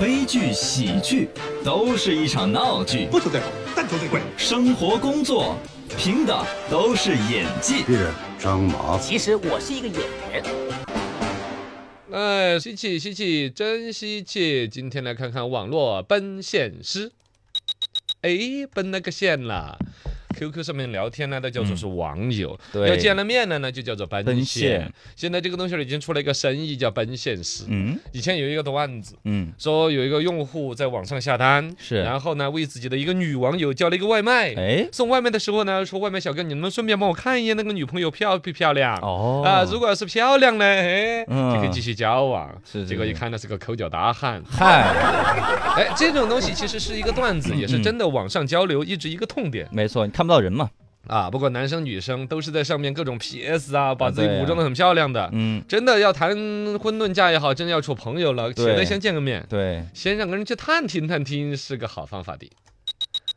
悲剧、喜剧，都是一场闹剧。不求最好，但求最贵。生活、工作，凭的都是演技。别人张麻子，其实我是一个演员。哎，稀奇稀奇，真稀奇！今天来看看网络奔现师。哎，奔了个现啦！QQ 上面聊天呢，那叫做是网友；对要见了面了呢，就叫做奔现。奔现现在这个东西儿已经出了一个生意，叫奔现师。嗯以前有一个段子，嗯，说有一个用户在网上下单，是然后呢为自己的一个女网友叫了一个外卖，哎，送外卖的时候呢，说外卖小哥，你能不能顺便帮我看一眼那个女朋友漂不漂亮？哦啊，如果要是漂亮呢，哎，嗯就可以继续交往。是是结果一是看，那是个抠脚大汉。嗨，哎，这种东西其实是一个段嗯子，也是真的网上交流一直一个痛点没错，你看不到人嘛，啊。不管男生女生都是在上面各种 PS 啊，把啊自己对武啊装的很漂亮的。嗯，真的要谈婚论嫁也好，真的要处朋友了，对谁得先见个面？对，先让人去探听探听是个好方法的。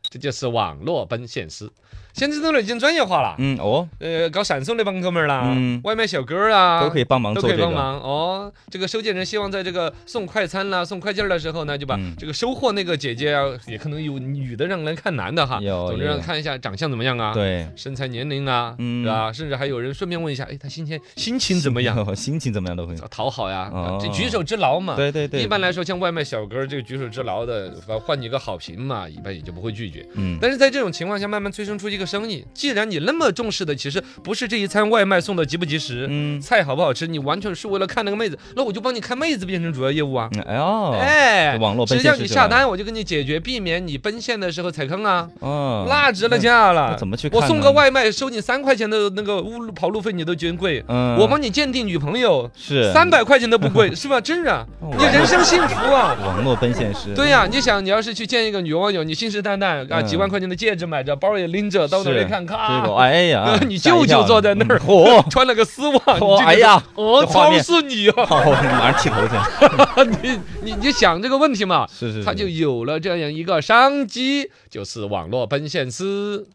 这就是网络奔现师，现在都已经专业化了。嗯哦，呃，搞闪送那帮哥们儿啦，嗯外卖小哥儿啊，都可以帮忙都做可这以帮个，忙哦。这个收件人希望在这个送快餐啦、送快件儿的时候呢，就把嗯这个收货那个姐姐啊，也可能有女的让人看男的哈，有总之让有看一下长相怎么样啊，，对，身材年龄啊，嗯是吧？甚至还有人顺便问一下，哎，他心情心情怎么样？？心情怎么样都会，讨好呀，哦这举手之劳嘛。对对对，一般来说，像外卖小哥儿这个举手之劳的，反换你一个好评嘛，一般也就不会拒绝。嗯，但是在这种情况下，慢慢催生出一个生意。既然你那么重视的，其实不是这一餐外卖送的及不及时，嗯菜好不好吃，你完全是为了看那个妹子，那我就帮你看妹子变成主要业务啊。嗯哎呦，哎，网络奔只现要是你这下玩意儿单，我就给你解决，避免你奔现的时候踩坑啊，哦，那值了价了那。怎么去看我呢送个，外卖，收你三块钱的那个物跑路费，你都觉得贵。嗯，我帮你鉴定女朋友，是三百块钱都不 贵，是吧？真的，啊哦你人生幸福啊！网络奔现师，对呀、你想，你要是去见一个女网友，你信誓旦旦啊，嗯几万块钱的戒指买着，包也拎着，到哪是里看，结咔，果哎呀 ，你舅舅坐在那儿吓一跳嗯 嚯，穿了个丝袜，你嚯这个哎呀哦，这画超面市你啊， 好，哦马上剃头去，你你你想这个问题嘛，是是是，他就有了这样一个商机，就是网络奔现师。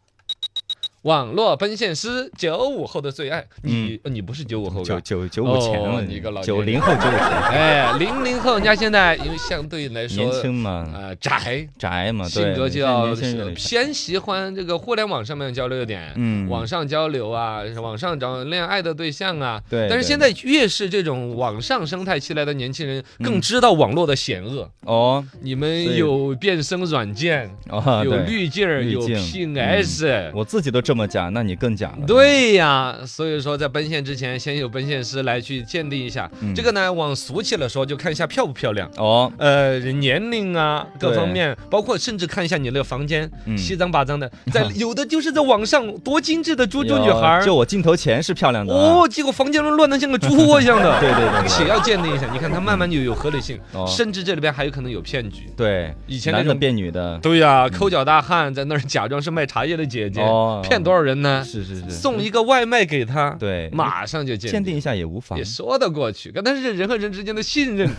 网络奔现师，九五后的最爱。你、你不是九五后嗯九吧？九九五前哦了，你个老九年零后九五前，哎，零零后人家现在因为相对来 说年轻嘛，呃宅，宅嘛，性啊对，格就现在要年轻人有点宅偏喜欢这个互联网上面交流点，嗯网上交流啊，网上找恋爱的对象啊。对但是对现在越是这种网上生态起来的年轻人，更知道网络的险恶。哦你嗯所们以有变声软件，哦，有对滤镜儿，滤有镜嗯 PS。我自己都这么假，那你更假了。，对呀，所以说在奔现之前，先有奔现师来去鉴定一下。嗯这个呢，往俗气了说，就看一下漂不漂亮。哦，呃，年龄啊，各对方面，包括甚至看一下你那个房间，嗯七脏八脏 的，在有的就是在网上多精致的猪猪女孩儿，就我镜头前是漂亮的啊。哦，结果房间乱得像个猪窝一样的。 对对对对且要鉴定一下，你看它慢慢就有合理性，哦甚至这里边还有可能有骗局。对，以前那男的种变女的，对呀、抠脚大汉在那儿假装是卖茶叶的姐姐，嗯哦骗多少人呢？是是是，送一个外卖给他，对马上就鉴鉴定定。一下也无妨也，说得过去，但是人和人之间的信任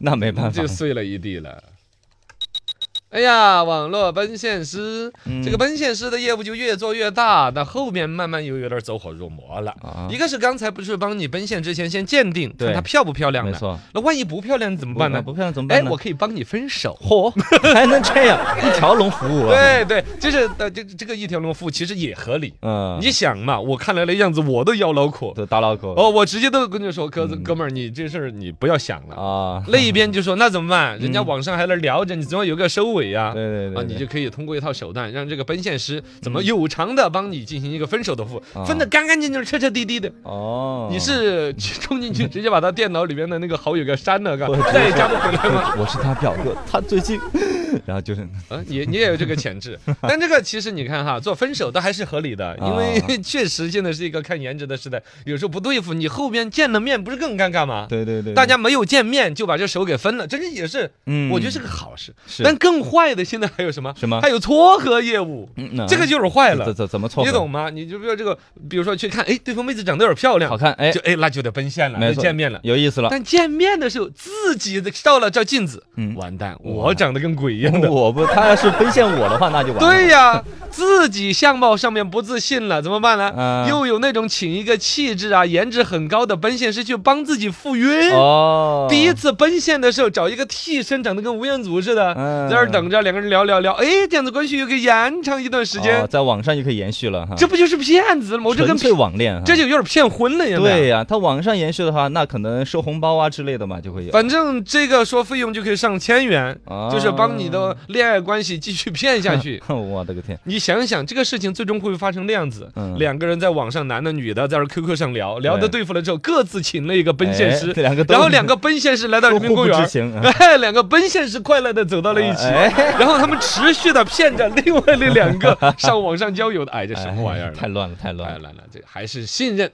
那没办法就。碎了一地了。哎呀，网络奔现师，嗯这个奔现师的业务就越做越大，那后面慢慢又有点走火入魔了。啊一，个是刚才不是帮你奔现之前先鉴定，看对她漂不漂亮没呢？错，那万一不漂亮怎么不办呢？不漂亮怎么哎办，呢？我可以帮你分手。嚯，还能这样一条龙服务啊？， 对对，就是呃，这这个一条龙服务其实也合理。嗯，你想嘛，我看来的样子我都摇脑壳。都打脑壳哦，我直接都跟你说，哥嗯哥们儿，你这事儿你不要想了。 啊，那一边就说那怎么办？人家网上还在聊着，你总要有个收尾呀。啊，嗯对对对对嗯你就可以通过一套手段，让这个奔现师怎么有偿的帮你进行一个分手的服务，啊分得干干净净、彻彻底底的。哦，你是冲进去直接把他电脑里面的那个好友给删了，干 我再也加不回来吗？我是他表哥，他最近，然后就是啊，你你也有这个潜 质，但这个其实你看哈，做分手的还是合理的，因为啊确实现在是一个看颜值的时代，有时候不对付，你后边见了面不是更尴尬吗？对对对，大家没有见面就把这手给分了，真是也是，嗯我觉得是个好事。是但更坏的现在还有什么？什么还有撮合业务，嗯那这个就是坏了怎。怎怎么错？你懂吗？你就比如这个，比如说去看，哎，对方妹子长得有点漂亮，好看哎就哎那就得奔现了，没那错见面了。有意思了。但见面的时候，自己照了照镜子，嗯哦完蛋，我长得跟鬼一样的。我不，他要是奔现我的话，那就完了。对呀、自己相貌上面不自信了，怎么办呢？嗯又有那种请一个气质啊、颜值很高的奔现师去帮自己赴约。哦，第一次奔现的时候，找一个替身，长得跟吴彦祖似的，嗯在那儿等着，两个人聊聊聊，哎，这样子关系又可以延长一段时间，哦在网上就可以延续了哈。这不就是骗子了吗？我这跟纯粹网恋哈，这就有点骗婚了，有没有对呀、他网上延续的话，那可能收红包啊之类的嘛，就会有。反正这个说费用就可以上千元，啊就是帮你的恋爱关系继续骗下去。 我的个天，你想想，这个事情最终会不会发成那样子？嗯两个人在网上，男的女的，在这 QQ 上聊，聊的对付了之后，各自请了一个奔现师哎，这两个都然后两个奔现师来到人民公都互不园知 情，哎，两个奔现师快乐的走到了一起，哎然后他们持续的骗着另 外那两个上网上交友的，哎，这什么玩意儿哎？太乱了，太乱哎，了。来来，这还是信任。